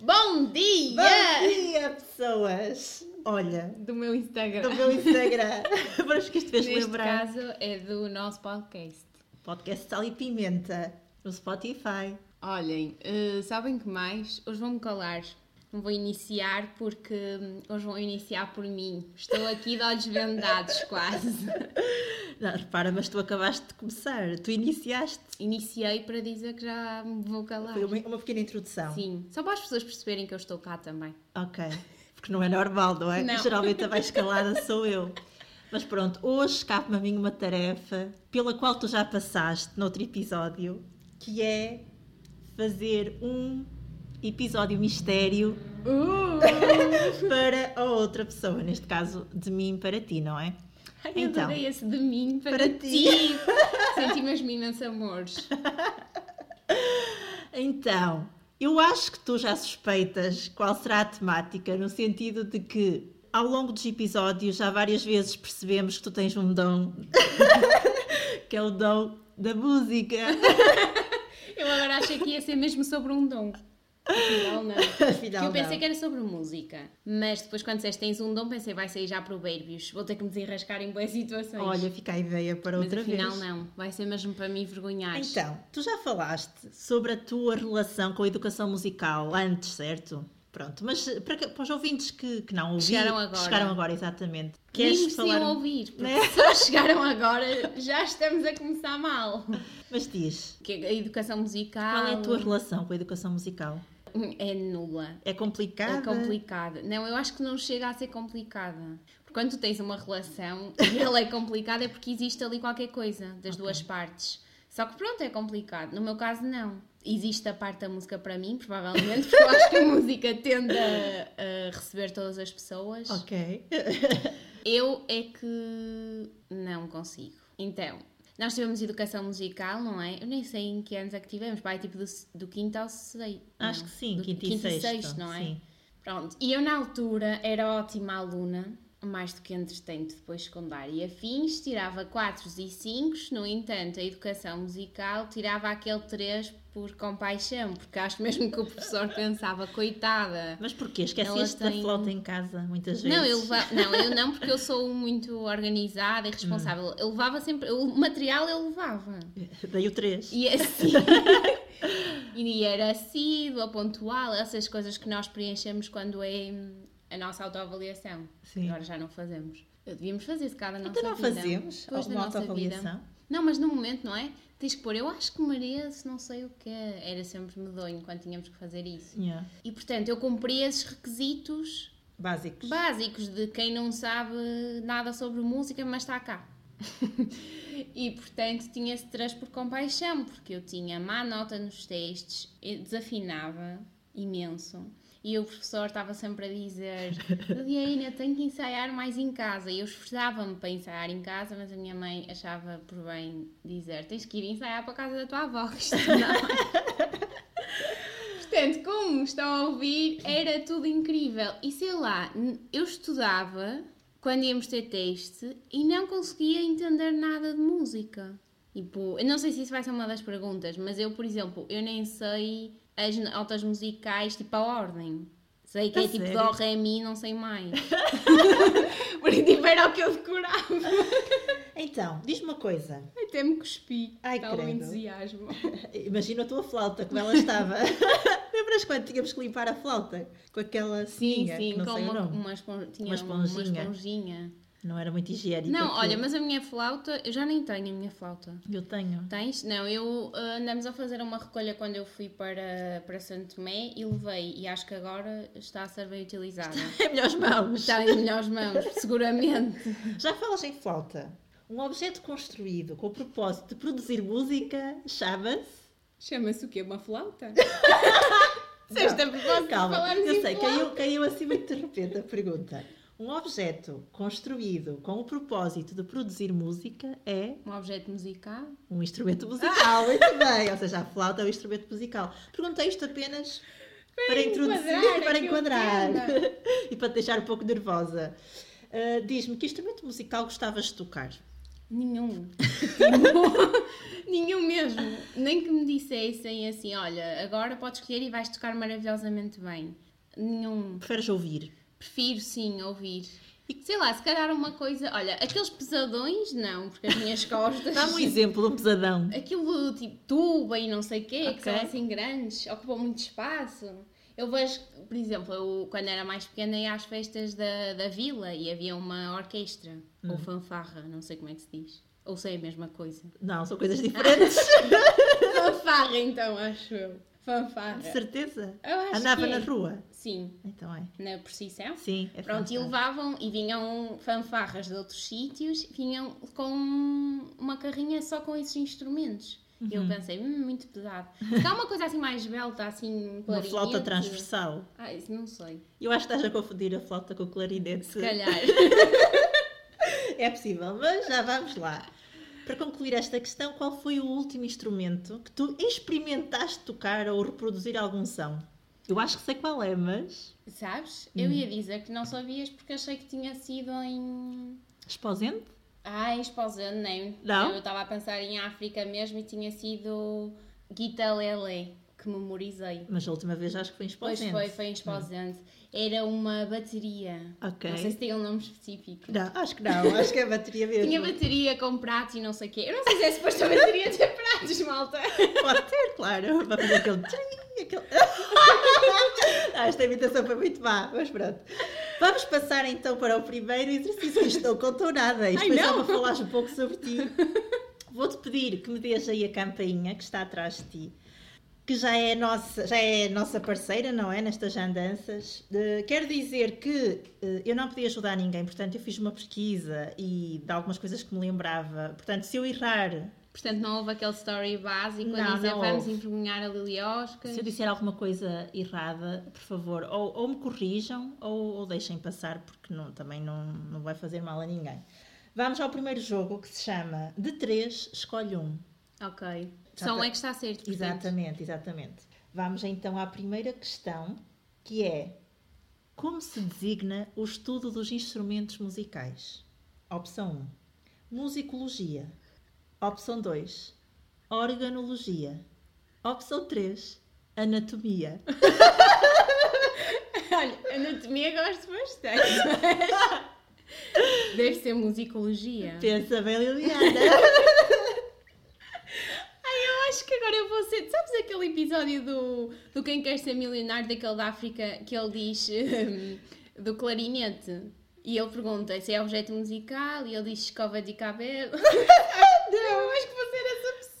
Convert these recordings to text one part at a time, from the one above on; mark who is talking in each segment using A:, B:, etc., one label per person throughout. A: Bom dia!
B: Bom dia, pessoas! Olha,
C: Do meu Instagram.
B: do meu Instagram, para que isto fez
C: Neste
B: lembrar.
C: caso é do nosso podcast.
B: Podcast Sal e Pimenta, no Spotify.
C: Olhem, eh, sabem que mais? Hoje vou-me calar. Não vou iniciar porque hum, hoje vão iniciar por mim. Estou aqui de olhos vendados, quase.
B: Não, repara, mas tu acabaste de começar, tu iniciaste.
C: Iniciei para dizer que já me vou calar.
B: Foi uma, uma pequena introdução.
C: Sim, só para as pessoas perceberem que eu estou cá também.
B: Ok. Porque não é normal, não é?
C: Não.
B: Geralmente a mais calada sou eu. Mas pronto, hoje cabe-me a mim uma tarefa pela qual tu já passaste noutro episódio, que é fazer um episódio mistério
C: Uh!
B: para a outra pessoa, neste caso de mim para ti, não é?
C: Ai, eu
B: Então.
C: adorei esse de mim para,
B: Para ti.
C: ti. Senti mesmo imensos amores.
B: Então, eu acho que tu já suspeitas qual será a temática, no sentido de que ao longo dos episódios já várias vezes percebemos que tu tens um dom, que é o dom da música.
C: Eu agora achei que ia ser mesmo sobre um dom. Afinal, não.
B: Afinal,
C: que eu pensei
B: não.
C: que era sobre música. Mas depois, quando disseste tens um dom, pensei vai sair já provérbios. Vou ter que me desenrascar em boas situações.
B: Olha, fica a ideia para
C: mas
B: outra
C: afinal,
B: vez.
C: não. Vai ser mesmo para me envergonhar.
B: Então, tu já falaste sobre a tua relação com a educação musical antes, certo? Pronto, mas eh, para, que- para os ouvintes que, que não ouviram,
C: Chegaram agora.
B: chegaram agora, exatamente. um-
C: Queres falar... ouvir, porque
B: Né?
C: se eles chegaram agora, já estamos a começar mal.
B: Mas diz,
C: Que a educação musical
B: qual é a tua relação com a educação musical?
C: é nula.
B: É complicada.
C: É complicada. Não, eu acho que não chega a ser complicada. Porque quando tu tens uma relação e ela é complicada é porque existe ali qualquer coisa das duas partes. Só que pronto, é complicado. No meu caso, não. Existe a parte da música para mim, provavelmente, porque eu acho que a música tende a, a receber todas as pessoas.
B: Ok.
C: Eu é que não consigo. Então, nós tivemos educação musical, não é? Eu nem sei em que anos é que tivemos, vai tipo do, do quinto ao sexto.
B: Acho
C: não,
B: que sim,
C: Ah, do
B: quinto e
C: e
B: sexto,
C: sexto, não é?
B: sim.
C: Pronto, e eu na altura era ótima aluna, mais do que entretanto depois secundária e afins, tirava 4 e 5, no entanto a educação musical tirava aquele 3 por compaixão, porque acho mesmo que o professor pensava, coitada,
B: Mas porquê?
C: Ela
B: Esqueceste da
C: tem-
B: flauta em casa muitas vezes?
C: não eu, leva- não, eu não, porque eu sou muito organizada e responsável. Eu levava sempre. O material eu levava.
B: Dei o 3.
C: E assim. e era assídua, pontual, essas coisas que nós preenchemos quando é hum, a nossa autoavaliação.
B: Sim.
C: Agora já não fazemos. Devíamos fazer, se calhar, na nossa
B: Então não
C: vida.
B: fazemos
C: Depois da
B: alguma
C: nossa
B: autoavaliação?
C: vida. Não, mas no momento, não é? Tens que pôr, eu acho que mereço, não sei o que. Era sempre medonho quando tínhamos que fazer isso.
B: Yeah.
C: E portanto, eu cumpri esses requisitos
B: Básicos.
C: básicos de quem não sabe nada sobre música, mas está cá. e portanto tinha esse trás por compaixão, porque eu tinha má nota nos testes, eu desafinava imenso. E o professor estava sempre a dizer: Diana, tenho que ensaiar mais em casa. E eu esforçava-me para ensaiar em casa, mas a minha mãe achava por bem dizer: Tens que ir ensaiar para a casa da tua avó, que isto não Portanto, como estão a ouvir, era tudo incrível. E sei lá, n- eu estudava quando íamos ter teste e não conseguia entender nada de música. Tipo, eu não sei se isso vai ser uma das perguntas, mas eu, por exemplo, eu nem sei as notas musicais, tipo, a ordem. Sei que
B: A
C: é tipo
B: sério?
C: Dó, Ré, Mi, não sei mais. Porque tipo, era o que eu decorava.
B: Então, diz-me uma coisa.
C: Até me cuspi.
B: Ai,
C: tal
B: credo.
C: entusiasmo.
B: Imagina a tua flauta, como ela estava. Lembras quando tínhamos que limpar a flauta? Com aquela
C: Sim,
B: ceninha,
C: sim,
B: é que não
C: com
B: sei o
C: uma, um-
B: nome.
C: uma, espon... tinha
B: Uma
C: uma- uma
B: esponjinha.
C: esponjinha.
B: Não era muito higiênico.
C: Não,
B: aquilo.
C: olha, mas a minha flauta, eu já nem tenho a minha flauta.
B: Eu tenho.
C: Tens? Não, eu ah, andamos a fazer uma recolha quando eu fui para, para Santo Tomé e levei, e acho que agora está a ser bem utilizada.
B: É melhores mãos.
C: Está em melhores mãos, seguramente.
B: Já falas em flauta. Um objeto construído com o propósito de produzir música chama-se.
C: Chama-se o quê? Uma flauta?
B: Não.
C: Sexta a propósito,
B: Calma,
C: falarmos
B: eu
C: é em
B: sei,
C: flauta.
B: caiu, caiu assim muito de repente a pergunta. Um objeto construído com o propósito de produzir música é
C: Um objeto musical?
B: um instrumento musical, muito bem. Ou seja, a flauta é um instrumento musical. Perguntei isto apenas para, introduzir,
C: enquadrar é
B: para
C: aqui o
B: enquadrar
C: tema.
B: e para te deixar um pouco nervosa. Ah, Diz-me, que instrumento musical gostavas de tocar?
C: Nenhum. Tipo, nenhum mesmo. Nem que me dissessem assim: olha, agora podes escolher e vais tocar maravilhosamente bem. Nenhum.
B: Preferes ouvir?
C: Prefiro sim ouvir. Sei lá, se calhar uma coisa. Olha, aqueles pesadões, não, porque as minhas costas.
B: Dá-me um exemplo de um pesadão.
C: Aquilo tipo tuba e não sei o quê, que são
B: Ok.
C: assim grandes, ocupam muito espaço. Eu vejo, por exemplo, eu quando era mais pequena ia às festas da, da vila e havia uma orquestra,
B: Hum.
C: ou fanfarra, não sei como é que se diz. Ou sei a mesma coisa.
B: Não, são coisas diferentes.
C: fanfarra então, acho eu. Fanfarra.
B: De certeza.
C: Eu acho
B: Andava
C: que é.
B: na rua.
C: Sim,
B: Então é.
C: na procissão.
B: Sim, é
C: Pronto, e
B: fantástico.
C: levavam e vinham fanfarras de outros sítios, vinham com uma carrinha só com esses instrumentos. E
B: Uhum.
C: Eu pensei, "Hum, muito pesado. Se há uma coisa assim mais belta, assim,
B: Uma
C: clarinete-
B: flauta transversal.
C: Ah, isso não sei.
B: Eu acho que estás a confundir a flauta com o clarinete.
C: Se calhar.
B: É possível, mas já vamos lá. Para concluir esta questão, qual foi o último instrumento que tu experimentaste tocar ou reproduzir algum som? Eu acho que sei qual é, mas.
C: Sabes?
B: Hum.
C: Eu ia dizer que não sabias porque achei que tinha sido em.
B: Exposente?
C: Ah, em Esposano, nem.
B: Não?
C: Eu estava a pensar em África mesmo e tinha sido Guitalele, que memorizei.
B: Mas a última vez acho que foi
C: Pois
B: exposente.
C: foi, foi em Esposante. Era uma bateria.
B: Ok.
C: Não sei se tem um nome específico.
B: Não, acho que não, acho que é a bateria mesmo.
C: Tinha bateria com pratos e não sei o quê. Eu não sei se é suposto a bateria ter pratos, malta.
B: Pode ter, claro. Para fazer aquele. tchim, aquele... ah, esta imitação foi muito má, mas pronto. Vamos passar então para o primeiro exercício. Isto não contou nada. Isto
C: Ai,
B: foi
C: não.
B: só para falares um pouco sobre ti. Vou-te pedir que me dês aí a campainha que está atrás de ti, que já é nossa, já é nossa parceira, não é? Nestas andanças. Eh, quero dizer que eh, eu não podia ajudar ninguém, portanto, eu fiz uma pesquisa e de algumas coisas que me lembrava. Portanto, se eu errar,
C: Portanto, não houve aquele story básico a
B: Não,
C: dizer
B: não
C: vamos
B: houve.
C: envergonhar a Lili Oscar.
B: Se eu disser alguma coisa errada, por favor, ou, ou me corrijam ou, ou deixem passar, porque não- também não, não vai fazer mal a ninguém. Vamos ao primeiro jogo que se chama De 3, escolhe um.
C: Ok.
B: Já
C: Só um
B: tá-
C: é que está certo. portanto.
B: Exatamente, exatamente. Vamos então à primeira questão, que é como se designa o estudo dos instrumentos musicais? Opção 1, musicologia. Opção 2, organologia. Opção 3, anatomia.
C: Olha, anatomia gosto bastante. é? Deve ser musicologia.
B: Pensa bem, Liliana.
C: Eu acho que agora eu vou ser. Sabes aquele episódio do, do Quem Quer Ser Milionário daquele da África que ele diz hum, do clarinete? E ele pergunta se é objeto musical e ele diz escova de cabelo. Não, acho que vou ser essa pessoa.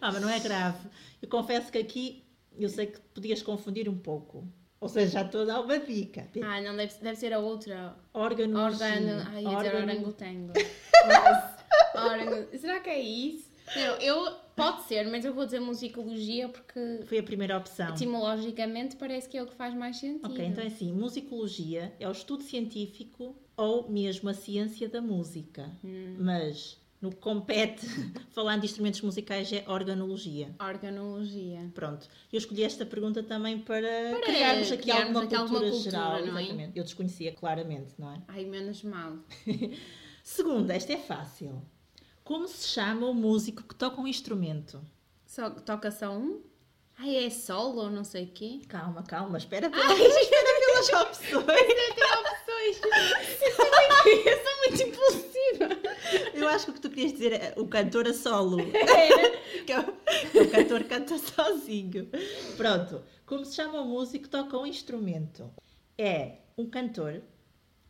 B: Ah, mas não é grave. Eu confesso que aqui eu sei que podias confundir um pouco. Ou seja, já estou a dar uma dica.
C: Ah, não, deve, deve ser a outra.
B: Organologia.
C: Organo. Ai, ia dizer
B: Organo-
C: orangotango. Orango- Será que é isso? Não, eu. Pode ser, mas eu vou dizer musicologia porque
B: Foi a primeira opção.
C: etimologicamente parece que é o que faz mais sentido.
B: Ok, então é assim, musicologia é o estudo científico ou mesmo a ciência da música.
C: Hum.
B: Mas no que compete, falando de instrumentos musicais, é organologia.
C: Organologia.
B: Pronto, eu escolhi esta pergunta também para,
C: Para
B: criarmos aqui
C: criarmos
B: alguma
C: aqui
B: cultura,
C: alguma cultura,
B: geral.
C: não é?
B: Exatamente. Eu desconhecia claramente, não é?
C: Ai, menos mal.
B: Segunda, esta é fácil. Como se chama o músico que toca um instrumento?
C: Só toca só um? Ai, é solo ou não sei o quê?
B: Calma, calma, espera pelas, espera pelas opções.
C: Tem opções. Eu sou muito impulsiva.
B: Eu acho que o que tu querias dizer é o cantor a solo.
C: Era.
B: Que é o- o cantor canta sozinho. Pronto, como se chama o músico que toca um instrumento? É um cantor,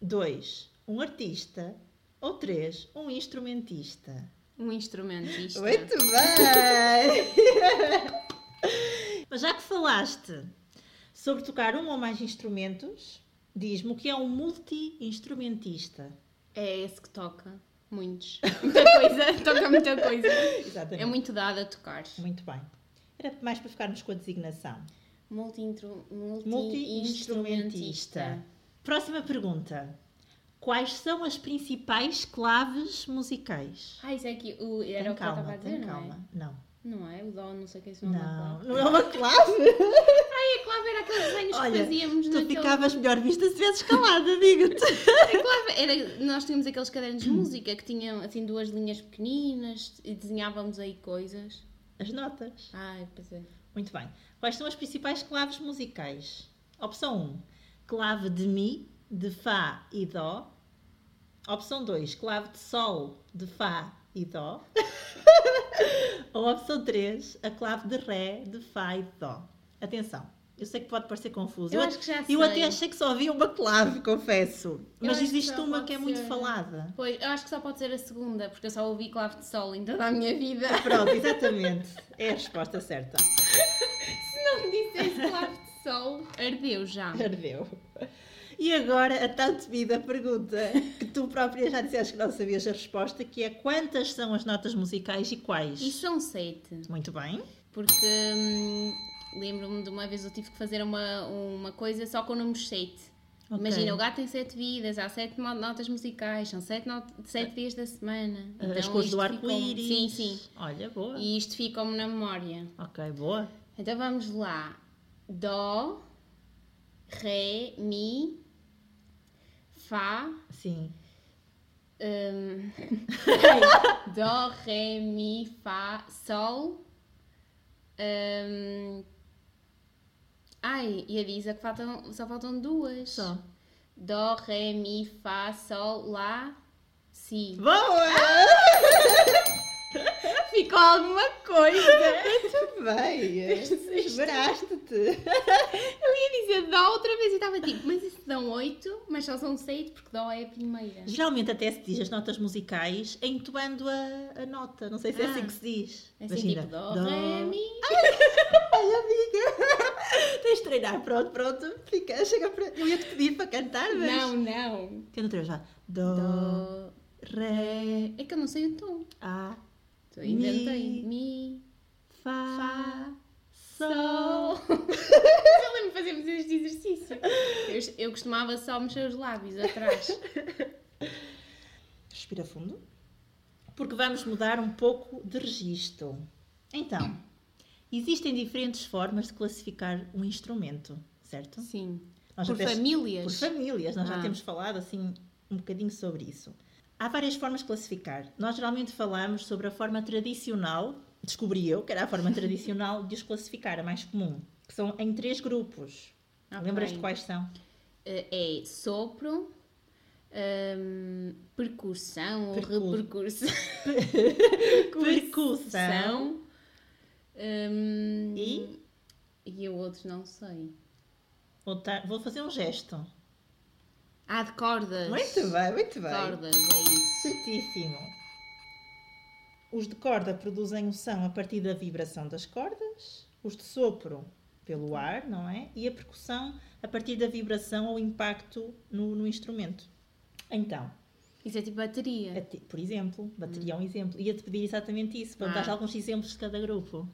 B: dois, um artista ou três, um instrumentista.
C: Um instrumentista.
B: Muito bem! Mas já que falaste sobre tocar um ou mais instrumentos, diz-me o que é um multi-instrumentista.
C: É esse que toca. Muitos. Muita coisa. Toca muita coisa.
B: Exatamente.
C: É muito dado a tocar.
B: Muito bem. Era mais para ficarmos com a designação.
C: Multi-intru-
B: Multi-instrumentista.
C: Multi-instrumentista.
B: Próxima pergunta. Quais são as principais claves musicais?
C: ah, isso é que o, era
B: Tem
C: o que eu estava a dizer,
B: tem
C: não é?
B: calma. Não.
C: Não é? O Dó, não sei quem se chama.
B: Não,
C: Cláudio.
B: não é uma clave.
C: Ai, a Cláudia era aqueles desenhos que
B: Olha,
C: fazíamos
B: tu
C: naquele...
B: ficavas melhor vista se tivesses calada, digo-te.
C: A Cláudia era- Nós tínhamos aqueles cadernos de música que tinham assim duas linhas pequeninas e desenhávamos aí coisas.
B: As notas.
C: Ai, pois é.
B: Muito bem. Quais são as principais claves musicais? Opção 1, clave de Mi, de Fá e Dó. Opção 2, clave de Sol, de Fá e Dó. Ou opção 3, a clave de Ré, de Fá e de Dó. Atenção, eu sei que pode parecer confuso.
C: Eu
B: Eu,
C: acho que já
B: eu
C: sei.
B: até achei que só havia uma clave, confesso.
C: Eu
B: Mas
C: acho que
B: existe
C: só
B: uma
C: pode
B: que é muito
C: ser-
B: falada.
C: Pois, eu acho que só pode ser a segunda, porque eu só ouvi clave de sol em toda a minha vida.
B: Pronto, exatamente. É a resposta certa.
C: Se não me dissesse clave de sol, ardeu já.
B: Ardeu. E agora a tão temida pergunta que tu própria já disseste que não sabias a resposta, que é quantas são as notas musicais e quais?
C: E são sete.
B: Muito bem.
C: Porque hum, lembro-me de uma vez eu tive que fazer uma, uma coisa só com números 7.
B: Ok.
C: Imagina, o gato tem sete vidas, há sete mo- notas musicais, são sete, not- sete dias da semana.
B: As
C: Então,
B: cores
C: isto
B: do
C: ficou-me-
B: arco-íris.
C: Sim, sim.
B: Olha, boa.
C: E isto ficou-me na memória.
B: Ok, boa.
C: Então vamos lá. Dó, Ré, Mi, Fá,
B: Sim.
C: hum, Dó, Ré, Mi, Fá, Sol. hum, ai, e a Disa que faltam, só faltam duas.
B: Só.
C: Dó, Ré, Mi, Fá, Sol, Lá, Si.
B: Boa!
C: Ficou alguma coisa.
B: Muito bem. Esmeraste-te.
C: Eu ia dizer Dó outra vez e estava tipo, mas isso dão oito, mas só são sete porque Dó é a primeira.
B: Geralmente até se diz as notas musicais entoando a, a nota. Não sei se é
C: Ah.
B: assim que se diz.
C: É assim
B: Imagina,
C: tipo Dó, Ré, Mi.
B: Ai, amiga! Tens de treinar, pronto, pronto. Fica, chega para. Eu ia te pedir para cantar, mas.
C: Não, não.
B: Tendo três, vá. Dó,
C: Dó.
B: Ré,
C: É que eu não sei o tom.
B: A,
C: Estou inventei. Mi,
B: Fá,
C: Fá,
B: Sol.
C: Sol. Eu lembro de fazermos este exercício. Eu, eu costumava só mexer os lábios atrás.
B: Respira fundo. Porque vamos mudar um pouco de registro. Então, existem diferentes formas de classificar um instrumento, certo?
C: Sim.
B: Nós
C: Por
B: até-
C: famílias.
B: Por famílias, nós já
C: Ah.
B: temos falado assim um bocadinho sobre isso. Há várias formas de classificar. Nós geralmente falamos sobre a forma tradicional, descobri eu que era a forma tradicional de os classificar, a mais comum, que são em três grupos.
C: Ok.
B: Lembras de quais são?
C: Eh, É sopro, hum, percussão ou
B: Percu-
C: repercussão.
B: Percussão.
C: hum,
B: E?
C: E eu outros não sei.
B: Vou, tar- vou fazer um gesto.
C: Ah, de cordas.
B: Muito bem, muito bem.
C: Cordas, é isso.
B: Certíssimo. Os de corda produzem o som a partir da vibração das cordas, os de sopro pelo ar, não é? E a percussão a partir da vibração ou impacto no, no instrumento. Então,
C: Isso é tipo
B: a
C: bateria.
B: ti- por exemplo, bateria é um exemplo. Ia-te pedir exatamente isso, para
C: Ah.
B: me dar alguns exemplos de cada grupo.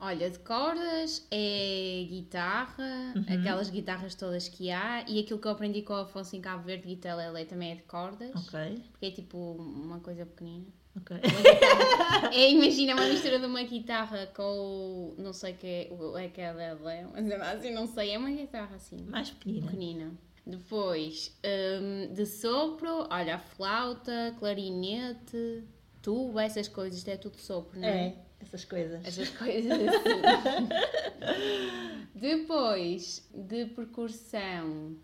C: Olha, de cordas é guitarra, aquelas guitarras todas que há, e aquilo que eu aprendi com o Afonso em Cabo Verde, guitarra também é de cordas,
B: Ok,
C: porque é tipo uma coisa pequenina.
B: ok.
C: É, imagina uma mistura de uma guitarra com, o- não sei o que é, o é que é, lelé, mas é assim, não sei, é uma guitarra assim,
B: Mais pequenina.
C: pequenina. Depois, hum, de sopro, olha, a flauta, clarinete, tubo, essas coisas, isto é tudo sopro, não é?
B: É, essas coisas.
C: Essas coisas assim. Depois de percussão,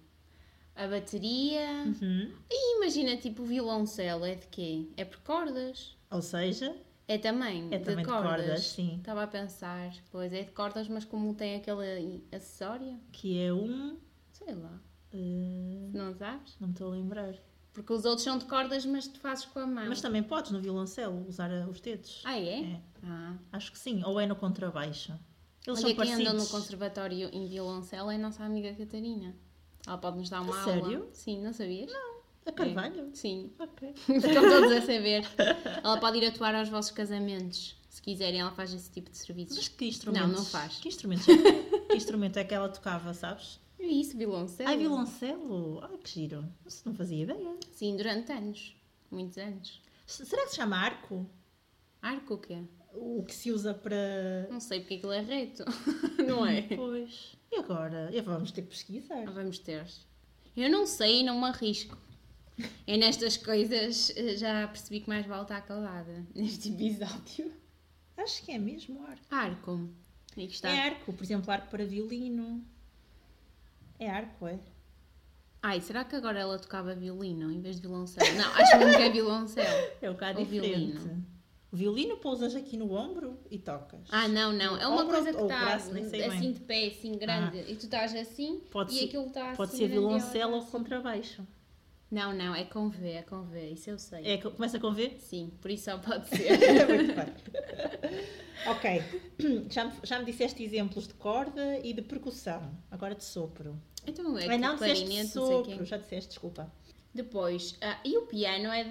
C: a bateria.
B: Uhum.
C: E imagina tipo o violoncelo, é de quê? É por cordas.
B: Ou seja,
C: É também,
B: É também de cordas, sim.
C: Estava a pensar, pois é de cordas, mas como tem aquele acessório,
B: que é um.
C: sei lá,
B: eh,
C: não sabes?
B: não me estou a lembrar.
C: Porque os outros são de cordas, mas tu fazes com a mão.
B: Mas também podes no violoncelo usar eh, os dedos.
C: Ah, é?
B: É.
C: Ah.
B: Acho que sim, ou é no contrabaixo. Eles
C: Olha,
B: são
C: quem andou no
B: parecidos.
C: conservatório em violoncelo é a nossa amiga Catarina. Ela pode-nos dar uma
B: A
C: aula.
B: sério?
C: Sim, não sabias? Não.
B: A Carvalho?
C: Sim.
B: Ok.
C: Ficam todos a saber. Ela pode ir atuar aos vossos casamentos. Se quiserem, ela faz esse tipo de
B: Mas
C: serviços.
B: que instrumentos?
C: Não, não faz.
B: Que instrumentos? é- que instrumento é que ela tocava, sabes?
C: É isso, violoncelo.
B: Ai, violoncelo! Ai, que giro! Não se- Não fazia ideia.
C: Sim, durante anos. Muitos anos.
B: S- Será que se chama arco?
C: Arco o quê?
B: O que se usa para.
C: Não sei porque aquilo é reto, não é?
B: Pois. E agora? E vamos ter que pesquisar.
C: Vamos ter. Eu não sei e não me arrisco. Eu nestas coisas eh, já percebi que mais vale estar calada neste episódio.
B: Acho que é mesmo arco.
C: Arco. Aí está.
B: É arco, por exemplo, arco para violino. É arco, é?
C: Ai, será que agora ela tocava violino em vez de violoncelo? Não, acho mesmo que é violoncelo.
B: É um bocado
C: Ou
B: diferente.
C: violino.
B: O violino pousas aqui no ombro e tocas.
C: Ah, não, não. É uma
B: Ou
C: coisa
B: pronto,
C: que
B: ou
C: está
B: braço, nem sei
C: assim
B: bem. Ah.
C: de pé, assim grande. E tu estás assim
B: Pode
C: e
B: ser-
C: aquilo está assim.
B: Pode ser
C: grande e ela
B: violoncelo ou
C: está assim.
B: contrabaixo.
C: Não, não, é com V, é com V. Isso eu sei.
B: É, co- começa com V?
C: Sim, por isso só pode ser.
B: Muito bem. ok. Já me, já me disseste exemplos de corda e de percussão. Agora de sopro.
C: então é
B: Ai,
C: que
B: não, disseste de
C: clarinete, não sei o
B: sopro.
C: quê.
B: Já disseste, desculpa.
C: Depois, ah, e o piano é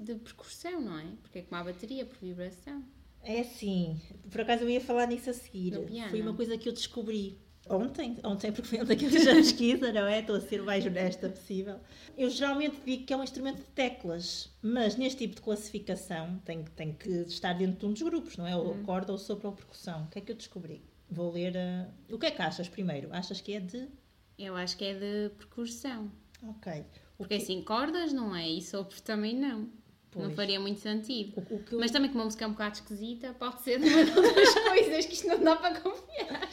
C: de, de percussão, não é? Porque é como a bateria, por vibração.
B: É assim, por acaso eu ia falar nisso a seguir.
C: No piano.
B: Foi uma coisa que eu descobri ontem, ontem porque foi ontem que eu fiz a pesquisa, não é? Estou a ser o mais honesta possível. Eu geralmente digo que é um instrumento de teclas, mas neste tipo de classificação tem, que- tem que estar dentro de um dos grupos, não é? Ou
C: Uhum.
B: corda, ou sopro, ou percussão. O que é que eu descobri? Vou ler. ah, O que é que achas primeiro? Achas que é de.
C: Eu acho que é de percussão.
B: Ok. O
C: Porque
B: que...
C: assim, cordas não é, e sopro também não. Não
B: Pois.
C: faria muito sentido.
B: O, o que eu-
C: Mas também como a música é um bocado esquisita, pode ser de uma de outras coisas que isto não dá para confiar.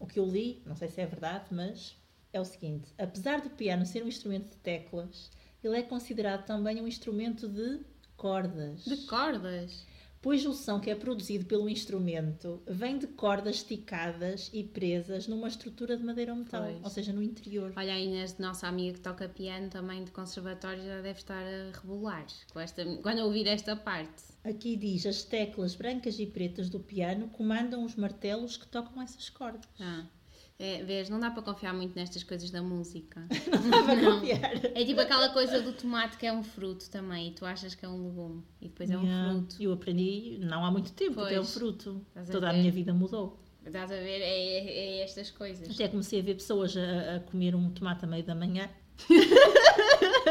B: O que eu li, não sei se é verdade, mas é o seguinte: apesar do piano ser um instrumento de teclas, ele é considerado também um instrumento de cordas.
C: De cordas.
B: Pois o som que é produzido pelo instrumento vem de cordas esticadas e presas numa estrutura de madeira ou metal,
C: Pois.
B: ou seja, no interior.
C: Olha, a Inês, nossa amiga que toca piano também de conservatório, já deve estar a rebolar com esta, quando ouvir esta parte.
B: Aqui diz: as teclas brancas e pretas do piano comandam os martelos que tocam essas cordas.
C: Ah, é, vês, não dá para confiar muito nestas coisas da música.
B: Estava a copiar.
C: É tipo aquela coisa do tomate que é um fruto também e tu achas que é um legume e depois é um
B: Yeah.
C: fruto.
B: Eu aprendi não há muito tempo, porque é um
C: Pois.
B: fruto.
C: Estás a
B: Toda a
C: ver?
B: minha vida mudou.
C: Estás a ver? É, é- é estas coisas.
B: Até comecei a ver pessoas a, a comer um tomate a meio da manhã.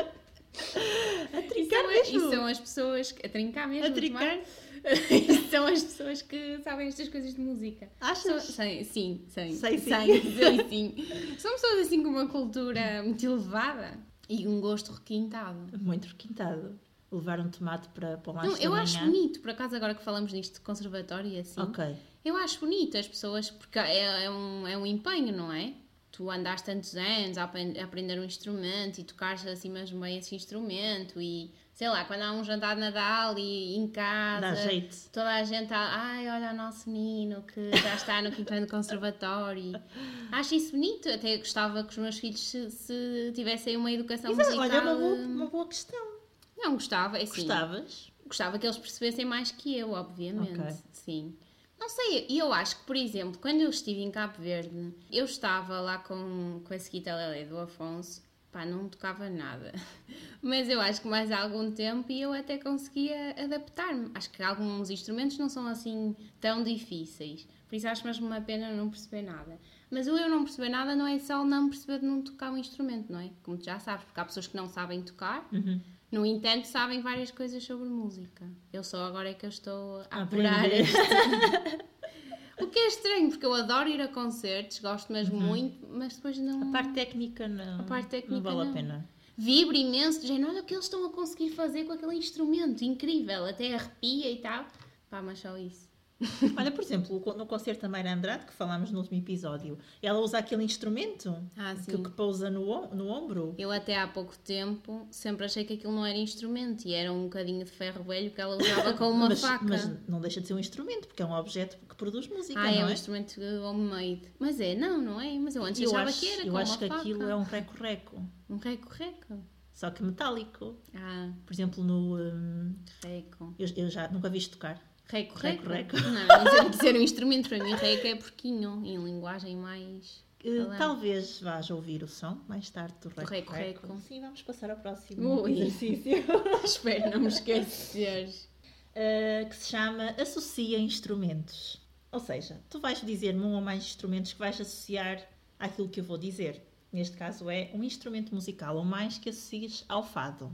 B: a
C: E
B: trincar
C: são, a-
B: é mesmo.
C: e são as pessoas que. A trincar mesmo.
B: a
C: o
B: trincar.
C: tomate. E são as pessoas que sabem estas coisas de música. São-
B: Achas?
C: Sim, sim, sim.
B: Sei, sim.
C: Sei, sim. São pessoas assim com uma cultura muito elevada e um gosto requintado.
B: Muito requintado. Levar um tomate para, para o lanche
C: Não, eu
B: da
C: acho é.
B: manhã.
C: bonito, por acaso agora que falamos nisto de conservatório e assim.
B: Ok.
C: Eu acho bonito as pessoas, porque é, é um, é um empenho, não é? Tu andaste tantos anos a apen- a aprender um instrumento e tocares assim mesmo bem esse instrumento e sei lá, quando há um jantar de Nadal e em casa.
B: Dá jeito.
C: Toda a gente, a- ai, olha o nosso menino que já está no quinto ano do conservatório. Acho isso bonito. Até eu gostava que os meus filhos se, se tivessem uma educação
B: Exato,
C: musical.
B: olha, é uma boa,
C: eh,
B: uma boa questão.
C: Não gostava, é assim.
B: Gostavas?
C: Gostava que eles percebessem mais que eu, obviamente.
B: Ok.
C: Sim. Não sei, e eu acho que, por exemplo, quando eu estive em Cabo Verde, eu estava lá com, com esse guitarrelé do Afonso, pá, não tocava nada. Mas eu acho que mais algum tempo e eu até conseguia adaptar-me. Acho que alguns instrumentos não são assim tão difíceis. Por isso acho mesmo uma pena não perceber nada. Mas o eu não perceber nada não é só não perceber de não tocar um instrumento, não é? Como tu já sabes, porque há pessoas que não sabem tocar no entanto, sabem várias coisas sobre música. Eu só agora é que eu estou a apurar
B: Aprender.
C: este. O que é estranho, porque eu adoro ir a concertos, gosto mesmo muito, mas depois não.
B: A parte técnica não,
C: A parte técnica
B: não vale
C: não.
B: a pena.
C: Vibro imenso, de género, olha o que eles estão a conseguir fazer com aquele instrumento, incrível, até arrepia e tal. Pá, mas só isso.
B: Olha, por exemplo, no concerto da Mayra Andrade, que falámos no último episódio, ela usa aquele instrumento
C: Ah,
B: que,
C: sim.
B: que pousa no, om- no ombro.
C: Eu até há pouco tempo sempre achei que aquilo não era instrumento e era um bocadinho de ferro velho que ela usava com uma
B: mas,
C: faca.
B: mas não deixa de ser um instrumento, porque é um objeto que produz música,
C: Ah, é
B: não
C: um
B: é?
C: instrumento homemade. Mas é, não, não é? Mas eu antes
B: eu
C: achava
B: acho
C: que era
B: eu
C: com
B: acho
C: uma
B: que
C: faca.
B: aquilo é um reco-reco,
C: Um reco-reco.
B: só que metálico.
C: Ah,
B: Por exemplo, no. hum,
C: reco.
B: eu, eu já nunca vi tocar.
C: Reco-reco?
B: Reco-reco.
C: Não, não sei dizer um instrumento. Para mim, reco é porquinho, em linguagem mais...
B: Que
C: falante.
B: Eh, talvez vás ouvir o som mais tarde do
C: reco-reco.
B: reco-reco. Sim, vamos passar ao próximo
C: Ui.
B: exercício
C: Espero não me esqueceres.
B: uh, que se chama Associa Instrumentos. Ou seja, tu vais dizer-me um ou mais instrumentos que vais associar àquilo que eu vou dizer. Neste caso é um instrumento musical ou mais que associes ao fado.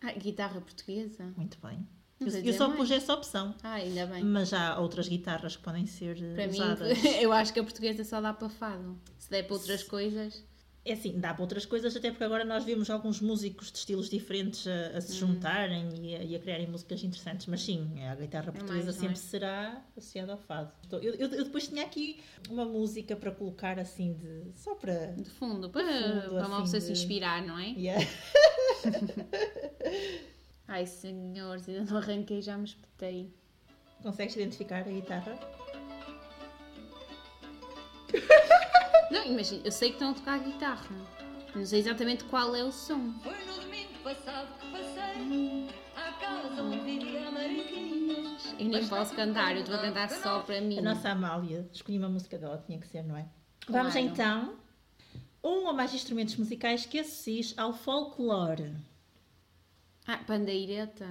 C: Ah, guitarra portuguesa?
B: Muito bem.
C: Não
B: Eu,
C: sei
B: eu
C: dizer
B: só
C: mais.
B: pus essa opção.
C: Ah, ainda bem.
B: Mas há outras guitarras que podem ser eh,
C: Para mim,
B: usadas.
C: eu acho que a portuguesa só dá para fado. Se der para outras coisas.
B: É assim, dá para outras coisas, até porque agora nós vemos alguns músicos de estilos diferentes a, a se
C: Hum.
B: juntarem e, a, e a criarem músicas interessantes, mas sim, a guitarra portuguesa
C: mais, não
B: sempre
C: é?
B: será associada ao fado. Estou- eu, eu- eu depois tinha aqui uma música para colocar assim, de, só para.
C: De fundo, para,
B: fundo,
C: para uma
B: assim,
C: pessoa se
B: de-
C: inspirar, não é?
B: Yeah.
C: Ai, senhores, ainda não arranquei, já me espetei.
B: Consegues identificar a guitarra?
C: Não, imagina, eu sei que estão a tocar guitarra. Não sei exatamente qual é o som.
A: Foi no domingo passado que passei à casa onde vivia a Mariquinhas.
C: Eu nem posso cantar, eu estou a cantar só para mim.
B: A nossa Amália, escolhi uma música dela, tinha que ser, não é?
C: Claro.
B: Vamos então. Um ou mais instrumentos musicais que associes ao folclore.
C: Ah, pandeireta.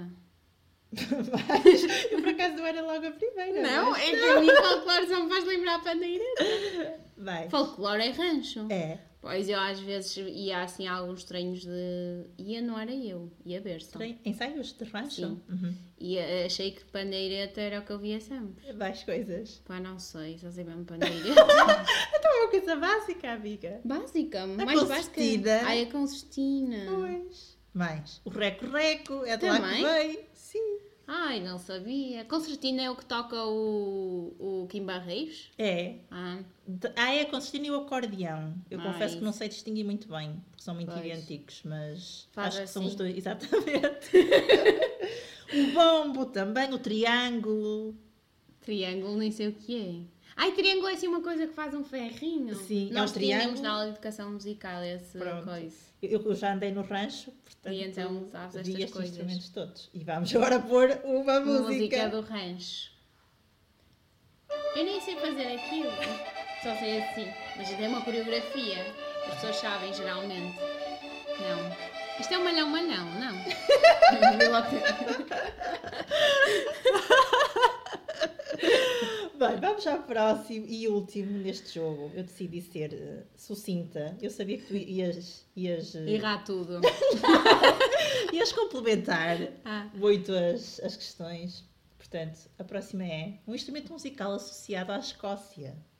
B: Mas eu por acaso não era logo a primeira.
C: Não, é que a mim folclore só me faz lembrar a pandeireta.
B: Vai.
C: Folclore é rancho.
B: É.
C: Pois eu às vezes ia assim a alguns treinos de. ia, não era eu, ia ver só.
B: Tre- Ensaios de rancho?
C: Sim.
B: Uhum.
C: E eh, achei que pandeireta era o que eu via sempre.
B: Várias É coisas.
C: Pá, não sei, só sei mesmo pandeireta.
B: Então é uma coisa básica, amiga.
C: básica,
B: A
C: mais básica.
B: concertina.
C: Ai, a consistina.
B: Pois. Mais. O reco-reco, é de lá que
C: Também?
B: vem. Sim.
C: Ai, não sabia. Concertina é o que toca o, o Kim Barreiros?
B: É.
C: Ah,
B: De- Ah, é a concertina e o acordeão. Eu
C: Ah,
B: confesso que
C: isso.
B: não sei distinguir muito bem, porque são muito
C: Pois.
B: idênticos, mas
C: Faz
B: acho que são os
C: assim.
B: dois. Exatamente. o bombo também, o triângulo.
C: triângulo, nem sei o que é. Ai, triângulo é assim uma coisa que faz um ferrinho.
B: Sim, é
C: Nós
B: um
C: tínhamos
B: triângulo.
C: na aula de educação musical essa
B: Pronto.
C: coisa.
B: Eu, eu já andei no rancho, portanto,
C: E então sabes
B: vi
C: estas
B: estes
C: coisas.
B: instrumentos todos. E vamos agora pôr uma
C: Uma
B: música.
C: música do rancho. Eu nem sei fazer aquilo. Só sei assim. Mas tem uma coreografia. As pessoas sabem, geralmente. Não. Isto é um malhão malhão, não. Eu logo-
B: Bem, vamos ao próximo e último neste jogo. Eu decidi ser eh, sucinta. Eu sabia que tu ias, ias, eh,
C: Errar tudo.
B: ias complementar
C: Ah.
B: muito as, as questões. Portanto, a próxima é um instrumento musical associado à Escócia.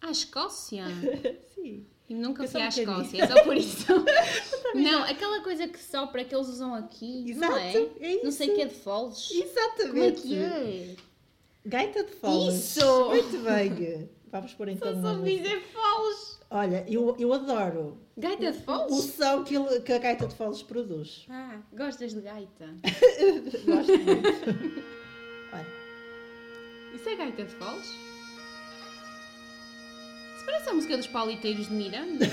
C: À Escócia?
B: Sim.
C: Eu nunca
B: Eu
C: fui à
B: só nunca vi.
C: Escócia, é só por isso. não, aquela coisa que sopra que eles usam aqui, não é?
B: Exato, é
C: Não sei
B: isso.
C: que é de foles. Como é
B: Exatamente.
C: que é?
B: Gaita de foles.
C: Isso!
B: Muito bem. Vamos pôr então
C: Só
B: uma
C: soube
B: música.
C: dizer foles.
B: Olha, eu, eu adoro
C: Gaita de
B: o
C: foles?
B: som que, ele- que a gaita de foles produz.
C: Ah, gostas de gaita?
B: Gosto muito. Olha.
C: Isso é gaita de foles? Isso parece a música dos pauliteiros de Miranda.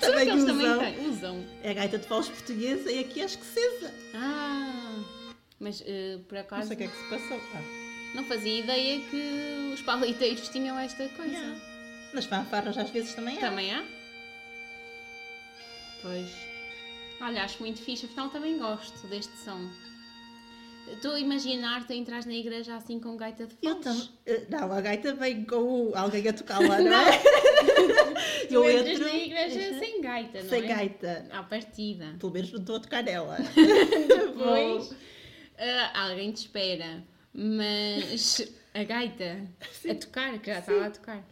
C: Será que
B: Também
C: eles
B: usam.
C: também têm? Usam.
B: É a gaita de foles portuguesa e aqui a escocesa.
C: Ah, mas eh, por
B: Não
C: acaso
B: sei o que é que se passou. Ah,
C: não fazia ideia que os pauliteiros tinham esta coisa.
B: yeah. Nas fanfarras às vezes também há.
C: Também há? Pois. Olha, acho muito fixe, afinal também gosto deste som. Estou a imaginar-te a entrar na igreja assim com gaita de
B: Eu
C: foles.
B: também. Eh, Não, a gaita vem com o- alguém a tocar lá, não é?
C: Tu
B: Eu
C: entras
B: entro
C: na igreja
B: Uhum.
C: sem gaita, não
B: sem
C: é?
B: gaita.
C: À partida.
B: Pelo menos não estou a tocar nela. Tá
C: Depois, ah, alguém te espera, mas a gaita a tocar, que já estava a tocar.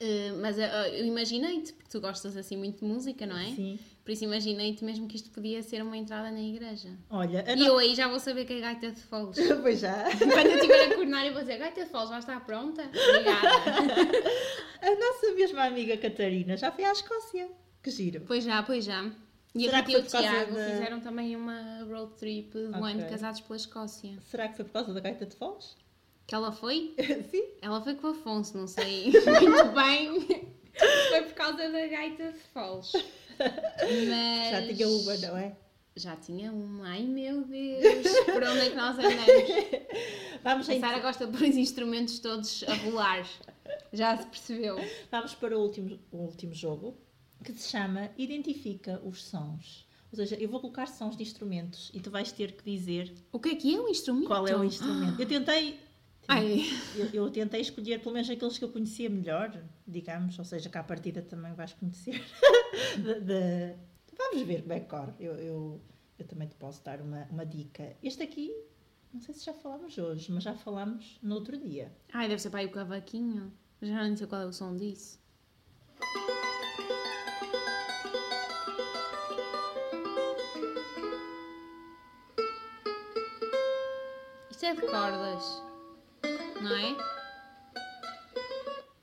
C: Ah, mas ah, eu imaginei-te, porque tu gostas assim muito de música, não é?
B: Sim.
C: Por isso imaginei-te mesmo que isto podia ser uma entrada na igreja.
B: Olha, a
C: E eu aí já vou saber que é gaita de foles.
B: no- Pois já.
C: Quando eu estiver a coordenar, eu vou dizer: gaita de foles, já está pronta? Obrigada.
B: A nossa mesma amiga Catarina já foi à Escócia. Que giro.
C: pois já, pois já. E
B: Será
C: a Rita e
B: que foi
C: o
B: por causa
C: Tiago
B: da-
C: fizeram também uma road trip de um ano
B: Ok.
C: casados pela Escócia.
B: Será que foi por causa da gaita de foles?
C: Que ela foi?
B: Sim.
C: Ela foi com o Afonso, não sei muito bem. Foi por causa da gaita de foles. Mas...
B: Já tinha uma, não é?
C: Já tinha uma. Ai meu Deus, por onde é que nós andamos?
B: Vamos,
C: A
B: então,
C: Sara gosta de pôr os instrumentos todos a rolar. Já se percebeu.
B: vamos para o último, o último jogo, que se chama Identifica os Sons. Ou seja, eu vou colocar sons de instrumentos e tu vais ter que dizer
C: O que é que é um instrumento?
B: qual é o instrumento. Eu tentei,
C: Ai,
B: eu, eu tentei escolher pelo menos aqueles que eu conhecia melhor, digamos, ou seja, que à partida também vais conhecer. De- de- Vamos ver como é que corre. Eu, eu, eu também te posso dar uma, uma dica. Este aqui Não sei se já falámos hoje, mas já falámos no outro dia.
C: Ai, deve ser para aí o cavaquinho. Já não sei qual é o som disso. Isto é de cordas, não é?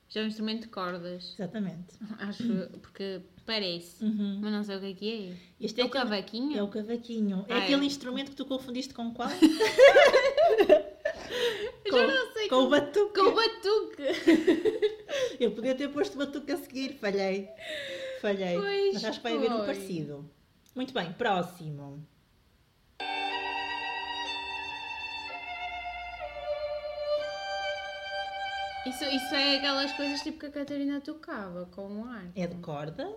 C: Isto é um instrumento de cordas.
B: Exatamente.
C: Acho que- porque parece,
B: Uhum.
C: mas não sei o que é que é.
B: Este
C: é o
B: aquele-
C: cavaquinho?
B: É o cavaquinho. É
C: Ah, é.
B: aquele instrumento que tu confundiste com qual?
C: Já não sei.
B: Com o batuque.
C: Com o batuque.
B: Eu podia ter posto batuque a seguir, falhei. Falhei.
C: Pois
B: Mas acho que vai haver um
C: foi.
B: parecido. Muito bem, próximo.
C: Isso, isso é aquelas coisas tipo que a Catarina tocava com o ar.
B: É de corda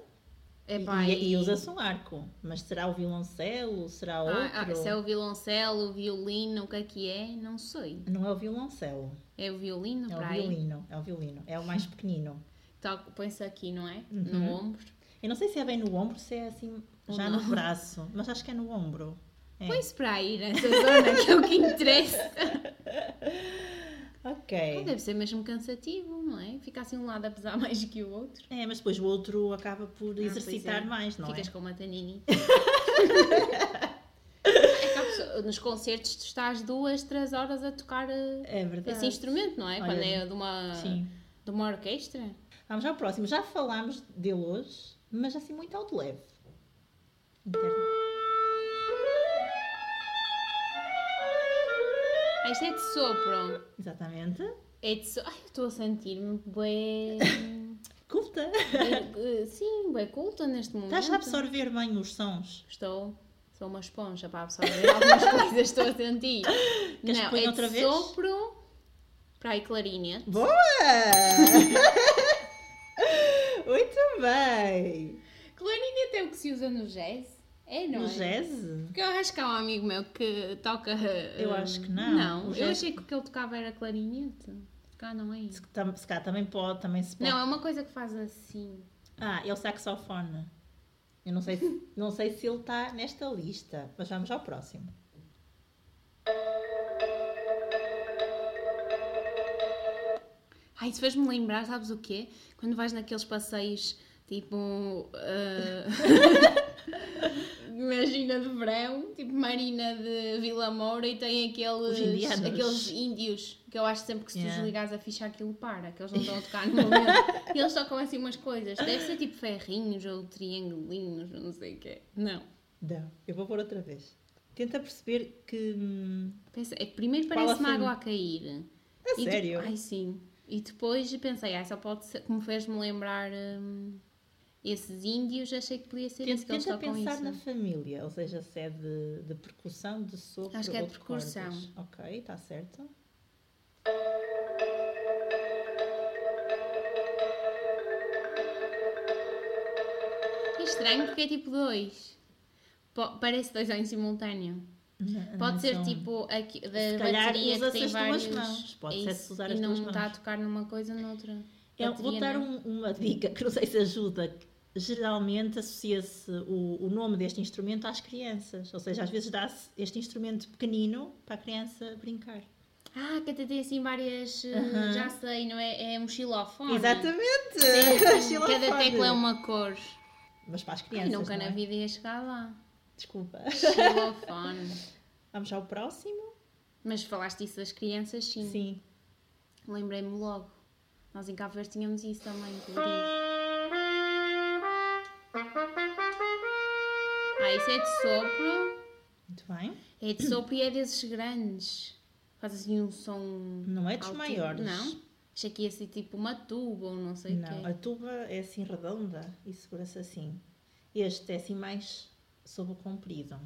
C: É
B: e-
C: pá,
B: e, e usa-se um arco. Mas será o violoncelo? Será outro?
C: Ah, ah, se é o violoncelo, o violino, o que é que é? Não sei.
B: Não é o violoncelo.
C: É o violino
B: É
C: para
B: o
C: aí?
B: violino. É o violino. É o mais pequenino.
C: Toco, põe-se aqui, não é?
B: Uhum.
C: No ombro.
B: Eu não sei se é bem no ombro, se é assim
C: Ou
B: já
C: não.
B: no braço. Mas acho que é no ombro. É.
C: Põe-se para aí nessa zona, que é o que interessa. Ah,
B: Ok.
C: deve ser mesmo cansativo, não é? Fica assim um lado a pesar mais que o outro.
B: É, mas depois o outro acaba por
C: Ah,
B: exercitar
C: pois é.
B: mais, não
C: Ficas
B: é?
C: com uma tanini. É Nos concertos tu estás duas, três horas a tocar eh,
B: É verdade.
C: esse instrumento, não é?
B: Olha,
C: Quando é de uma,
B: Sim.
C: de uma orquestra.
B: Vamos ao próximo. Já falámos dele hoje, mas assim muito ao de leve. Interno.
C: Ah, isto é de sopro.
B: Exatamente.
C: É de so... Ai, eu estou a sentir-me bem...
B: Curta.
C: bem, eh, Sim, bem culta neste momento.
B: Estás a absorver bem os sons.
C: Estou... Sou uma esponja para absorver algumas coisas que estou a sentir.
B: que ponha
C: é
B: outra
C: de
B: vez?
C: sopro... Para aí, clarinha.
B: Boa! muito bem.
C: Clarinete é o que se usa no jazz? É, não
B: no
C: é?
B: jazz?
C: Porque eu acho que há um amigo meu que toca.
B: Eu
C: hum,
B: acho que não.
C: Não,
B: O
C: eu
B: jazz-
C: achei que o que ele tocava era clarinete. Cá não é isso.
B: Se, tam- se cá também pode, também se pode.
C: Não, é uma coisa que faz assim.
B: Ah, é o saxofone. Eu não sei, se- não sei se ele está nesta lista, mas vamos ao próximo.
C: Ai, isso fez-me lembrar, sabes o quê? Quando vais naqueles passeios tipo. ah, Imagina de verão, tipo Marina de Vila Moura e tem
B: Os
C: aqueles,
B: indianos.
C: aqueles índios que eu acho sempre que se
B: Yeah.
C: tu desligares a ficha aquilo para, que eles não estão a tocar no momento. e eles tocam assim umas coisas, deve ser tipo ferrinhos ou triangulinhos, não sei o quê. Não.
B: Não, eu vou pôr outra vez. Tenta perceber que. hum,
C: Pensa- é que primeiro
B: Fala
C: parece-me
B: assim.
C: água a cair.
B: A
C: E de-
B: sério?
C: Ai, sim. E depois pensei, ah, só pode ser, como fez-me lembrar hum, esses índios, achei que podia ser
B: Tenta,
C: isso que eles
B: tenta
C: tocam
B: pensar
C: isso.
B: na família, ou seja, se é de, de percussão, de sopro
C: Acho que é
B: ou
C: de percussão.
B: cordas. Ok, está certo.
C: É estranho porque é tipo dois. Po- parece dois em simultâneo. Pode ser
B: Então,
C: tipo aqui, da
B: se calhar
C: bateria que
B: usa-se
C: tem
B: as duas
C: vários.
B: mãos. Pode
C: é
B: ser
C: isso.
B: se usar
C: e
B: as
C: não
B: duas
C: está a
B: mãos.
C: tocar numa coisa noutra.
B: Eu
C: bateria,
B: vou dar
C: não é?
B: um- uma dica que não sei se ajuda. que Geralmente associa-se o, o nome deste instrumento às crianças, ou seja, às vezes dá-se este instrumento pequenino para a criança brincar.
C: Ah, que até tem assim várias. eh,
B: Aham.
C: Já sei, não é? É um xilofone.
B: Exatamente!
C: Sim,
B: Xilofone.
C: cada tecla é uma cor.
B: Mas para as
C: Ai,
B: crianças.
C: nunca
B: não é?
C: na vida ia chegar lá.
B: Desculpa.
C: Xilofone.
B: Vamos ao próximo?
C: Mas falaste isso das crianças, sim.
B: Sim.
C: Lembrei-me logo. Nós em Cabo Verde tínhamos isso também, colorido. Ah, isso é de sopro.
B: Muito bem.
C: É de sopro e é desses grandes. Faz assim um som.
B: Não é dos
C: alto.
B: maiores.
C: Não. Achei que ia ser tipo uma tuba ou não sei o
B: Não, a
C: quê.
B: tuba é assim redonda e segura-se assim. Este é assim mais sobre o comprido.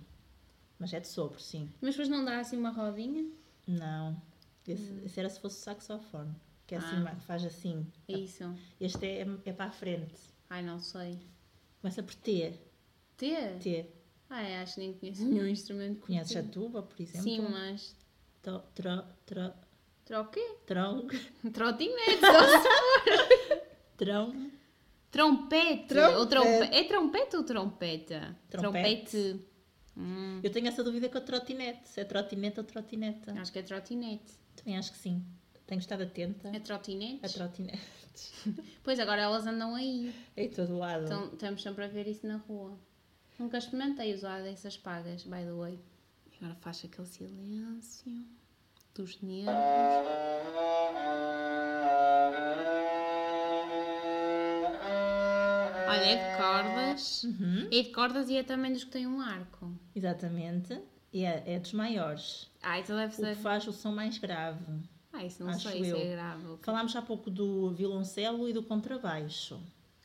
B: Mas é de sopro, sim.
C: Mas depois não dá assim uma rodinha?
B: Não. Esse, esse era se fosse o saxofone. Que é assim,
C: Hum. Ah.
B: ma- faz assim.
C: É isso.
B: Este é, é para a frente.
C: Ai, não sei.
B: Começa por T.
C: T?
B: T.
C: Ai, acho que nem conheço nenhum instrumento. com
B: Conheces a
C: T.
B: tuba, por exemplo?
C: Sim, mas.
B: Tro, tro, tro,
C: Troquê?
B: tron,
C: Trotinete!
B: tron.
C: Trompete.
B: Trompete.
C: Ou trompe... É trompete ou trompeta?
B: Trompete.
C: Hum.
B: Eu tenho essa dúvida com a trotinete, se é trotinete ou trotineta.
C: Acho que é trotinete.
B: Também acho que sim. Tenho estado atenta
C: É trotinete?
B: a trotinetes.
C: Pois agora elas andam aí.
B: em todo lado.
C: Então estamos sempre a ver isso na rua. Nunca experimentei usar dessas pagas, by the way. E agora faz aquele silêncio dos nervos. Olha, é de cordas.
B: Uhum.
C: É de cordas e é também dos que têm um arco.
B: Exatamente. E é, é dos maiores.
C: Ah, isso deve
B: O que
C: ser.
B: faz o som mais grave.
C: Ah, isso não
B: Acho
C: sei, isso é
B: eu.
C: grave.
B: Falámos há pouco do violoncelo e do contrabaixo.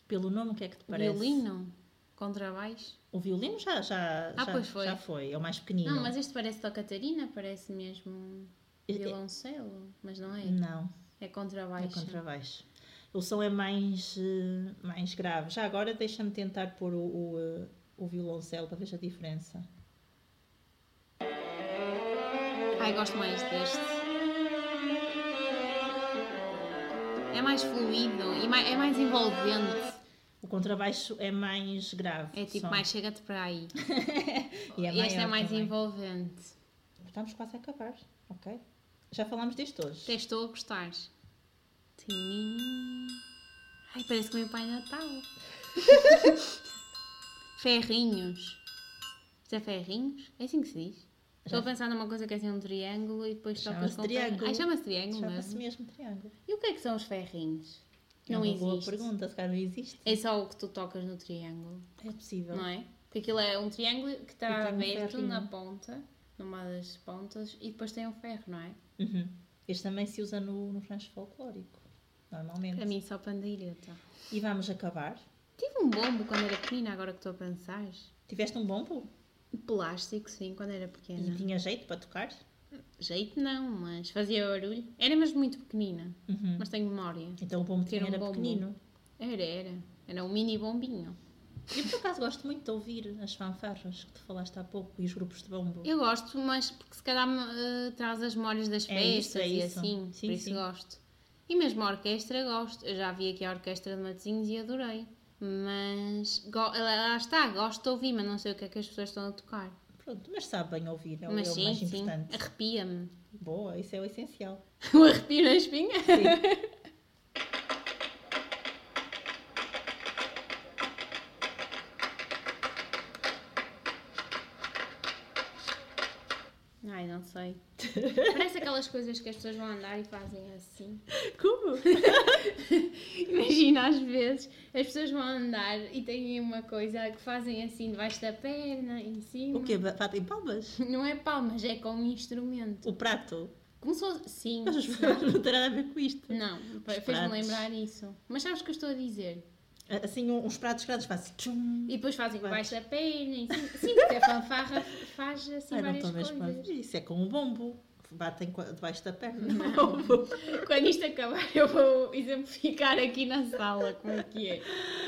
B: Pelo nome, o que é que te parece?
C: Violino? Contrabaixo?
B: O violino já, já,
C: Ah,
B: já,
C: pois foi.
B: já foi, é o mais pequenino.
C: Não, mas este parece da Catarina, parece mesmo
B: É- é-
C: violoncelo, mas não é.
B: Não,
C: É
B: é
C: contrabaixo.
B: contrabaixo. O som é mais, eh, mais grave. Já agora deixa-me tentar pôr o, o, eh, o violoncelo para ver a diferença.
C: Ai, gosto mais deste. É mais fluido e mai- é mais envolvente.
B: O contrabaixo é mais grave.
C: É
B: o
C: tipo
B: som.
C: mais chega-te para aí.
B: E é
C: este é
B: maior
C: mais
B: também.
C: envolvente.
B: Estamos quase a acabar, ok? Já falámos deste hoje.
C: Até estou a gostar. Tininim. Ai, parece que o meu pai Natal. ferrinhos. Isto é ferrinhos? É assim que se diz? Estou a pensar numa coisa que é assim um triângulo e depois tocas
B: Chama-se
C: com ferro.
B: triângulo.
C: Ai, chama-se triângulo
B: Chama-se
C: mesmo.
B: mesmo triângulo.
C: E o que é que são os ferrinhos?
B: É
C: não
B: uma boa
C: existe.
B: pergunta, se calhar não existe.
C: É só o que tu tocas no triângulo,
B: É possível.
C: não é? Porque aquilo é um triângulo que
B: E
C: está
B: tem um
C: aberto
B: ferrinho.
C: na ponta, numa das pontas, e depois tem um ferro, não é?
B: Uhum. Este também se usa no, no rancho folclórico, normalmente.
C: Para mim só pandeireta.
B: E vamos acabar.
C: Tive um bombo quando era pequena, agora que estou a pensar.
B: Tiveste um bombo
C: De Plástico, sim, quando era pequena.
B: e tinha jeito para tocar?
C: Jeito não, mas fazia barulho. Era mesmo muito pequenina,
B: Uhum.
C: mas tenho memória.
B: Então o bombo
C: Ter
B: também
C: um
B: era
C: bombo.
B: pequenino.
C: Era, era. Era um mini bombinho.
B: Eu por acaso gosto muito de ouvir as fanfarras que tu falaste há pouco e os grupos de bombo.
C: Eu gosto, mas porque se calhar me, eh, traz as memórias das
B: É isso,
C: festas
B: é
C: e
B: isso.
C: assim.
B: Sim,
C: por isso
B: sim.
C: gosto. E mesmo a orquestra gosto. Eu já vi aqui a orquestra de Matosinhos e adorei. Mas go- eh, lá lá está, gosto de ouvir, mas não sei o que é que as pessoas estão a tocar.
B: Pronto, mas sabe bem ouvir, é o,
C: mas
B: é o
C: sim,
B: mais
C: sim,
B: importante.
C: arrepia-me.
B: Boa, isso é o essencial.
C: O arrepio na espinha? Ai, não sei. Parece aquelas coisas que as pessoas vão andar e fazem assim.
B: Como?
C: Imagina, às vezes, as pessoas vão andar e têm uma coisa que fazem assim debaixo da perna, em cima.
B: O quê? Batem palmas?
C: Não é palmas, é com um instrumento.
B: O prato?
C: Como se fosse... Sim.
B: Mas os pratos não tem nada a ver com isto.
C: Um Não, fez-me
B: pratos.
C: lembrar isso. Mas sabes o que eu estou a dizer?
B: Assim, um- uns pratos grandes fazem tchum.
C: E depois fazem
B: Vai.
C: baixo da perna, e sim, sim, porque a fanfarra faz assim
B: Ai, não
C: várias
B: estou mesmo a
C: coisas.
B: ver. Isso é com o bombo. Batem co- debaixo da perna.
C: é um Quando isto acabar, eu vou exemplificar aqui na sala como é que é.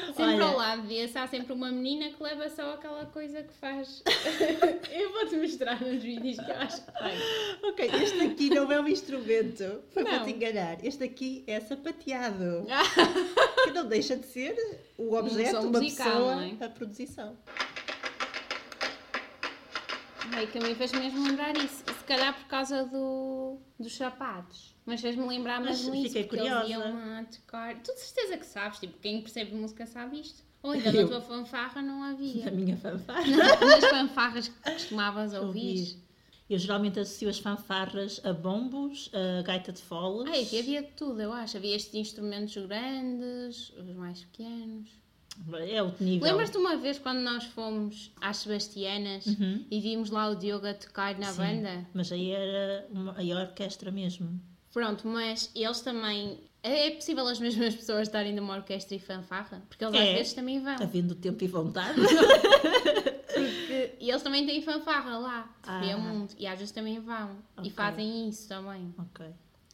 C: Sempre
B: Olha.
C: ao lado desse, há sempre uma menina que leva só aquela coisa que faz. eu vou-te mostrar nos vídeos que eu acho que tem.
B: Ok, este aqui não é um instrumento. Foi
C: Não.
B: para te enganar. Este aqui é sapateado.
C: Ah,
B: que não deixa de ser o objeto,
C: som
B: uma
C: musical,
B: pessoa,
C: não é?
B: a produção.
C: Ai, que a mim fez-me mesmo lembrar isso. Se calhar por causa do, dos sapatos. Mas fez-me lembrar
B: Mas
C: mesmo isso.
B: fiquei
C: porque Eles
B: curiosa.
C: iam a tocar. Tu de certeza que sabes, tipo, quem percebe música sabe isto. Ou ainda na
B: Eu.
C: tua fanfarra não
B: A
C: havia.
B: minha fanfarra.
C: Nas fanfarras que costumavas ouvir.
B: Ouvir. Eu geralmente associo as fanfarras a bombos, a gaita de foles.
C: Ah, aqui havia de tudo, eu acho. Havia estes instrumentos grandes, os mais pequenos.
B: É outro nível.
C: Lembras-te uma vez quando nós fomos às Sebastianas e vimos lá o Diogo a tocar na
B: Uhum. Sim,
C: banda?
B: Mas aí era uma, aí a orquestra mesmo.
C: Pronto, mas eles também. É possível as mesmas pessoas estarem numa orquestra e fanfarra? Porque eles às
B: É.
C: vezes também vão.
B: Havendo tempo e vontade.
C: E eles também têm fanfarra lá.
B: É. Ah.
C: Ah. Mundo. E às vezes também vão. E
B: Ok.
C: fazem isso também.
B: ok.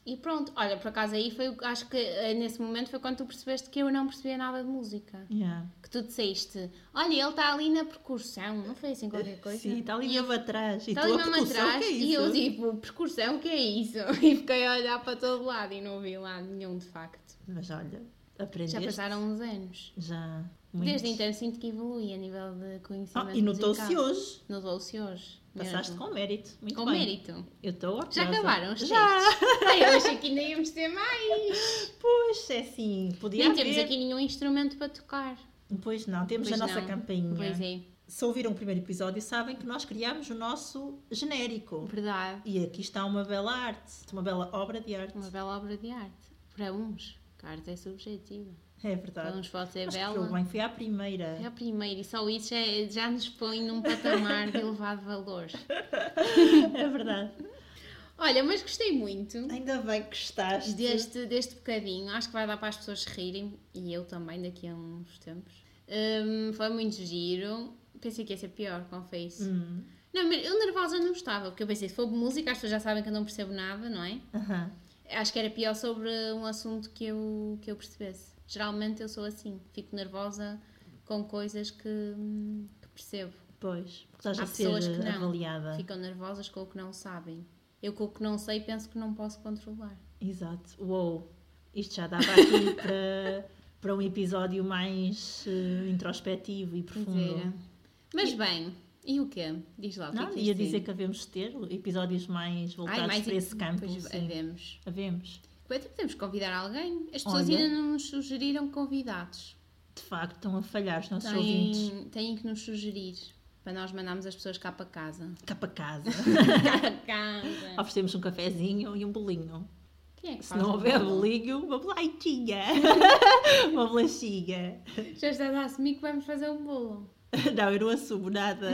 C: E pronto, olha, por acaso aí foi. o- Acho que eh, nesse momento foi quando tu percebeste que eu não percebia nada de música.
B: Yeah.
C: Que tu disseste: Olha, ele está ali na percussão. Não foi assim qualquer coisa?
B: Sim, está ali mesmo atrás. E
C: Está
B: tu,
C: tá ali
B: a
C: mesmo
B: percussão, o
C: atrás
B: que é
C: e eu
B: isso?
C: tipo, percussão, o que é isso? E fiquei a olhar para todo lado e não vi lado nenhum de facto.
B: Mas olha, Aprendeste?
C: Já passaram uns anos.
B: Já.
C: Desde
B: muitos.
C: então sinto que evolui a nível de
B: Ah,
C: conhecimento.
B: e notou-se
C: musical.
B: hoje.
C: Notou-se hoje.
B: Passaste
C: mesmo.
B: com mérito. Muito
C: Com
B: bem.
C: mérito.
B: Eu estou a
C: Já acabaram os
B: Já.
C: testes? Ai, eu achei que ainda íamos ter mais.
B: Pois, é assim, podia
C: Nem
B: haver.
C: temos aqui nenhum instrumento para tocar.
B: Pois não, temos
C: Pois
B: a nossa
C: não.
B: campainha.
C: Pois é,
B: Se ouviram o primeiro episódio, sabem que nós criámos o nosso genérico.
C: verdade.
B: E aqui está uma bela arte, uma bela obra de arte.
C: Uma bela obra de arte. Para uns, que a arte é subjetiva.
B: É
C: Para
B: verdade.
C: uns pode ser
B: Mas
C: bela.
B: correu bem, foi à primeira.
C: É a primeira, e só isso já, já nos põe num patamar de elevado valor.
B: É verdade.
C: Olha, mas gostei muito
B: Ainda bem que gostaste.
C: deste, deste bocadinho. Acho que vai dar para as pessoas se rirem e eu também daqui a uns tempos. Hum, foi muito giro. Pensei que ia ser pior, confesso.
B: Hum,
C: Não, mas eu nervosa não estava, porque eu pensei, se for de música, as pessoas já sabem que eu não percebo nada, não é?
B: aham.
C: Acho que era pior sobre um assunto que eu, que eu percebesse. Geralmente eu sou assim, fico nervosa com coisas que, hum, que percebo.
B: Pois, porque estás
C: Há
B: a
C: pessoas que
B: ser
C: não.
B: avaliada.
C: Ficam nervosas com o que não sabem. Eu com o que não sei penso que não posso controlar.
B: Exato. Uou, isto já dava aqui para, para um episódio mais eh, introspectivo e profundo.
C: Era. Mas bem, e o quê? Diz lá o que é
B: Não,
C: que
B: ia
C: tens de
B: dizer que havemos de ter episódios mais voltados
C: Ai, mais
B: para esse campo.
C: Pois
B: sim.
C: havemos.
B: Havemos.
C: Até podemos convidar alguém. As pessoas
B: Olha.
C: ainda não nos sugeriram convidados.
B: De facto, estão a falhar os nossos ouvintes.
C: Têm, têm que nos sugerir para nós mandarmos as pessoas cá para casa.
B: Cá para casa.
C: cá para casa.
B: Oferecemos um cafezinho e um bolinho.
C: Quem é que
B: Se
C: faz
B: não
C: o
B: houver
C: bolo?
B: bolinho, uma bolachinha. uma bolachinha.
C: Já estás a assumir que vamos fazer um bolo.
B: Não, eu não assumo nada.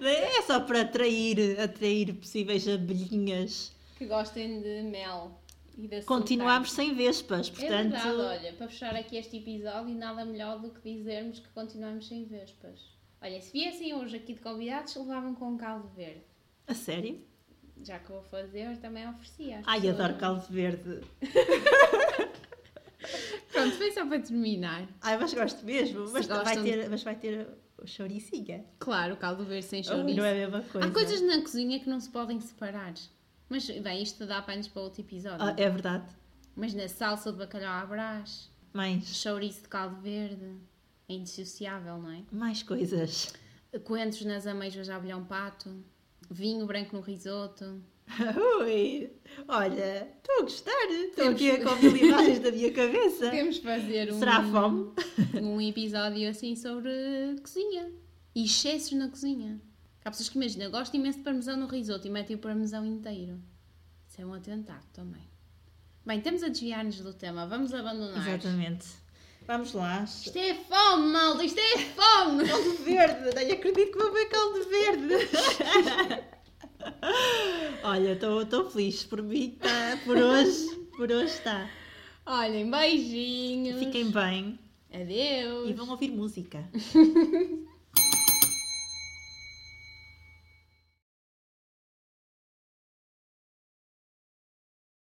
B: é só para atrair, atrair possíveis abelhinhas.
C: Que gostem de mel e de açúcar.
B: Continuámos sem vespas,
C: É
B: portanto.
C: verdade, olha, para fechar aqui este episódio, nada melhor do que dizermos que continuamos sem vespas. Olha, se viessem hoje aqui de convidados, levavam com caldo verde.
B: a sério?
C: Já que eu vou fazer, também oferecia. às
B: Ai,
C: pessoas.
B: adoro caldo verde.
C: Pronto, foi só para terminar.
B: Ai, mas gosto mesmo.
C: Se
B: Mas vai,
C: gostam de-
B: ter, mas vai ter o chouricinha.
C: Claro, o caldo verde sem chouriço.
B: Não é a mesma coisa.
C: Há coisas na cozinha que não se podem separar. Mas, bem, isto dá panos para outro episódio.
B: Ah, é verdade.
C: Mas na salsa de bacalhau à brás,
B: Mais,
C: chouriço de caldo verde, é indissociável, não é?
B: mais coisas.
C: Coentros nas ameijoas à abelhão pato, vinho branco no risoto.
B: Ui, olha, estou a gostar.
C: Temos-
B: Estou aqui a convir imagens da minha cabeça.
C: Podemos fazer um,
B: Será a fome?
C: um episódio assim sobre cozinha e excessos na cozinha. Há pessoas que imaginam, gosto imenso de parmesão no risoto e metem o parmesão inteiro. Isso é um atentado também. Bem, estamos a desviar-nos do tema, vamos abandonar.
B: Exatamente. Vamos lá.
C: Isto é fome, malta, isto é fome!
B: Caldo verde, nem acredito que vou ver caldo verde. Olha, estou feliz por mim, tá, por hoje, por hoje está.
C: Olhem, beijinhos.
B: Hum. Fiquem bem
C: Adeus.
B: e vão ouvir música.